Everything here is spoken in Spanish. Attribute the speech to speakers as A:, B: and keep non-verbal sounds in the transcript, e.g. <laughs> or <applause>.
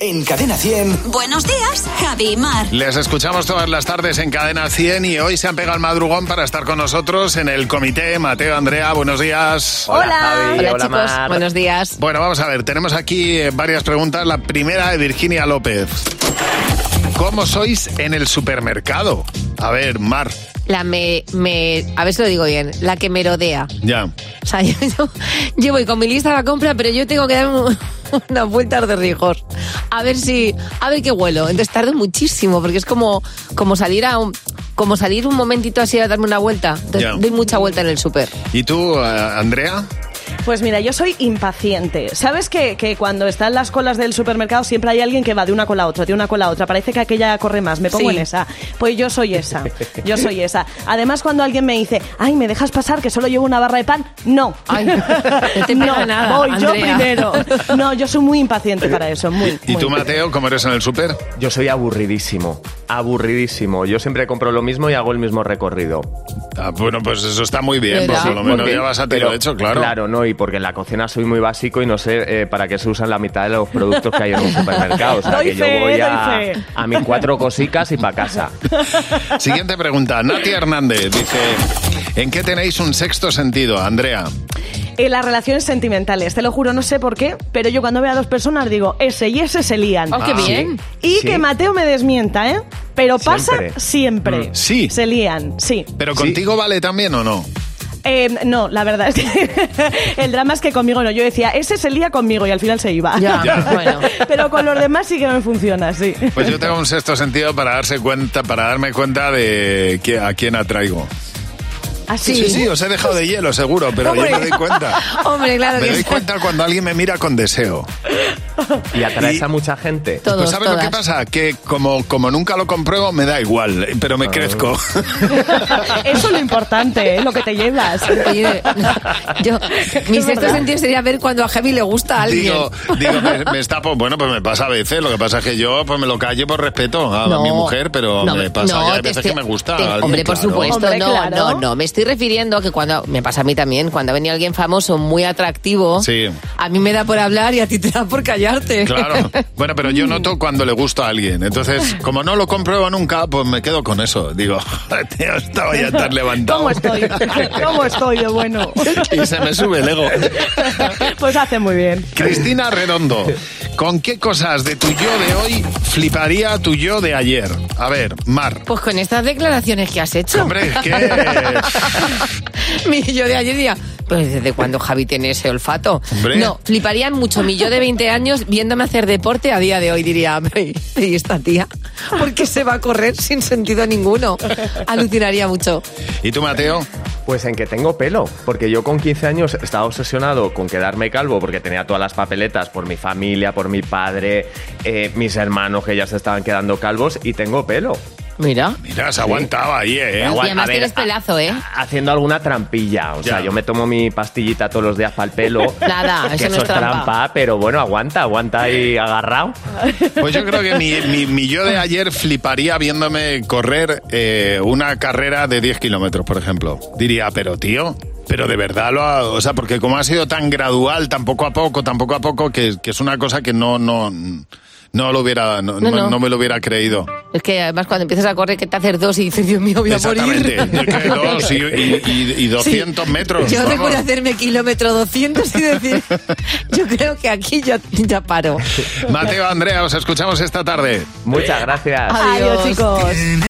A: En Cadena 100.
B: Buenos días, Javi y Mar.
C: Les escuchamos todas las tardes en Cadena 100 y hoy se han pegado al madrugón para estar con nosotros en el comité. Mateo, Andrea, buenos días.
D: Hola,
E: Javi,
D: Hola,
E: hola,
D: chicos,
E: Mar.
D: buenos días.
C: Bueno, vamos a ver, tenemos aquí eh, varias preguntas. La primera de Virginia López. ¿Cómo sois en el supermercado? A ver, Mar,
D: La me, me, a ver si lo digo bien, la que me rodea.
C: ya.
D: O sea, <laughs> yo, yo- yo voy con mi lista de la compra, pero yo tengo que darme un- <laughs> unas vueltas de rigor. A ver si, a ver qué huelo. Entonces tardo muchísimo, porque es como, como salir a un, como salir un momentito así a darme una vuelta. Entonces,
C: Ya.
D: doy mucha vuelta en el súper.
C: ¿Y tú, eh, Andrea?
E: Pues mira, yo soy impaciente. ¿Sabes que, que cuando están las colas del supermercado siempre hay alguien que va de una cola a otra, de una cola a otra? Parece que aquella corre más, me pongo
D: Sí.
E: en esa. Pues yo soy esa, yo soy esa. Además, cuando alguien me dice, ay, ¿me dejas pasar que solo llevo una barra de pan? No.
D: Ay, no
E: <laughs>
D: te pega
E: no,
D: nada,
E: voy yo
D: Andrea.
E: primero. No, yo soy muy impaciente para eso, muy.
C: ¿Y
E: muy.
C: tú, Mateo, cómo eres en el super?
F: Yo soy aburridísimo, aburridísimo. Yo siempre compro lo mismo y hago el mismo recorrido.
C: Ah, bueno, pues eso está muy bien,
D: Verá.
C: pues, por lo menos
F: Porque-
C: ya vas a tiro
F: pero-
C: hecho, claro.
F: Claro, no, y porque en la cocina soy muy básico y no sé eh, para qué se usan la mitad de los productos que hay en un supermercado. O sea,
E: Doy
F: que
E: fe,
F: yo voy
E: doy
F: a,
E: fe.
F: a mis cuatro cosicas y para casa.
C: Siguiente pregunta, Nati Hernández dice, ¿en qué tenéis un sexto sentido, Andrea?
E: En Eh, las relaciones sentimentales, te lo juro, no sé por qué, pero yo cuando veo a dos personas digo, ese y ese se lían.
D: Oh, qué
C: Ah, sí.
D: bien.
E: Y
F: Sí.
E: que Mateo me desmienta, ¿eh? Pero pasa
F: Siempre.
E: siempre.
C: Mm, sí.
E: Se lían, sí.
C: ¿Pero contigo vale también o no?
E: Eh, no, la verdad es que <laughs> el drama es que conmigo no. Yo decía, ese se lía conmigo y al final se iba. <laughs>
D: Ya, pues
C: Ya.
D: bueno.
E: Pero con los demás sí que me funciona, sí.
C: Pues yo tengo un sexto sentido para darse cuenta, para darme cuenta de que- a quién atraigo.
D: Ah,
E: Así.
C: Sí, sí, os he dejado de hielo, seguro, pero yo me doy
D: <laughs>
C: cuenta.
D: Hombre, claro
C: Me
D: que
C: doy
D: sí.
C: cuenta cuando alguien me mira con deseo.
F: Y atraes
C: Y-
F: a mucha gente.
D: Todos,
C: pues ¿sabes lo que
D: todas.
C: pasa? Que como, como nunca lo compruebo, me da igual, eh, pero me crezco. <laughs>
E: Eso es lo importante, ¿eh? lo que te llevas.
C: <laughs>
D: Oye, yo, mi
E: Es
D: sexto
E: verdad.
D: sentido sería ver cuando a Javi le gusta a alguien.
C: digo, digo me, me está... pues, bueno, pues me pasa a veces. Lo que pasa es que yo pues me lo callo por respeto a, mi mujer, pero
D: no,
C: me pasa.
D: no,
C: ya hay
D: te
C: veces
D: estoy-
C: que me gusta.
D: te-
C: a alguien,
D: hombre, por
C: claro.
D: supuesto,
E: Hombre,
D: no,
E: claro.
D: no, no. Me estoy refiriendo que cuando. Me pasa a mí también, cuando ha venido alguien famoso muy atractivo.
C: Sí.
D: A mí me da por hablar y a ti te da por callarte.
E: <laughs>
C: Claro. Bueno, pero yo noto cuando le gusta a alguien. Entonces, como no lo compruebo nunca, pues me quedo con eso. Digo, <laughs> tío, estaba ya tan levantado.
E: ¿Cómo estoy? ¿Cómo estoy de bueno?
C: <laughs> Y se me sube el
E: <laughs>
C: ego.
E: Pues hace muy bien.
C: Cristina Redondo, ¿con qué cosas de tu yo de hoy fliparía a tu yo de ayer? A ver, Mar.
D: <laughs> Pues con estas declaraciones que has hecho.
C: Hombre, es
E: <laughs>
C: que...
D: <laughs> Mi yo de ayer día. Pues desde cuando Javi tiene ese olfato.
C: Hombre.
D: No, fliparían mucho mi yo de 20 años viéndome hacer deporte a día de hoy, diría, hombre, y esta tía, porque se va a correr sin sentido ninguno. Alucinaría mucho.
C: ¿Y tú, Mateo?
F: Pues en que tengo pelo, porque yo con 15 años estaba obsesionado con quedarme calvo porque tenía todas las papeletas por mi familia, por mi padre, eh, mis hermanos que ya se estaban quedando calvos y tengo pelo.
D: Mira.
C: Mira, se aguantaba ahí, ¿eh?
D: Y
F: Agua-
D: además
F: a ver,
D: tienes pelazo, ¿eh?
F: ha- Haciendo alguna trampilla. O sea,
C: Ya.
F: yo me tomo mi pastillita todos los días para el pelo.
D: <laughs> Nada,
F: que
D: eso
F: eso,
D: no es
F: es trampa.
D: trampa,
F: pero bueno, aguanta, aguanta ahí agarrado.
C: Pues yo creo que mi, mi- mi yo de ayer fliparía viéndome correr eh, una carrera de 10 kilómetros, por ejemplo. Diría, pero tío, pero de verdad lo ha... O sea, porque como ha sido tan gradual, tan poco a poco, tan poco a poco, que, que es una cosa que no, no, no lo hubiera, no,
D: No,
C: no-
D: no.
C: no me lo hubiera creído.
D: Es que además cuando empiezas a correr que te haces dos y dices, Dios mío, voy a
C: Exactamente.
D: morir. <laughs>
C: Yo que dos y, y- y- y 200
D: Sí.
C: metros.
D: Yo
C: vamos.
D: recuerdo hacerme kilómetro 200 y decir, yo creo que aquí ya, ya paro.
C: Mateo, Andrea, os escuchamos esta tarde.
F: Muchas gracias.
D: Adiós.
E: Adiós chicos.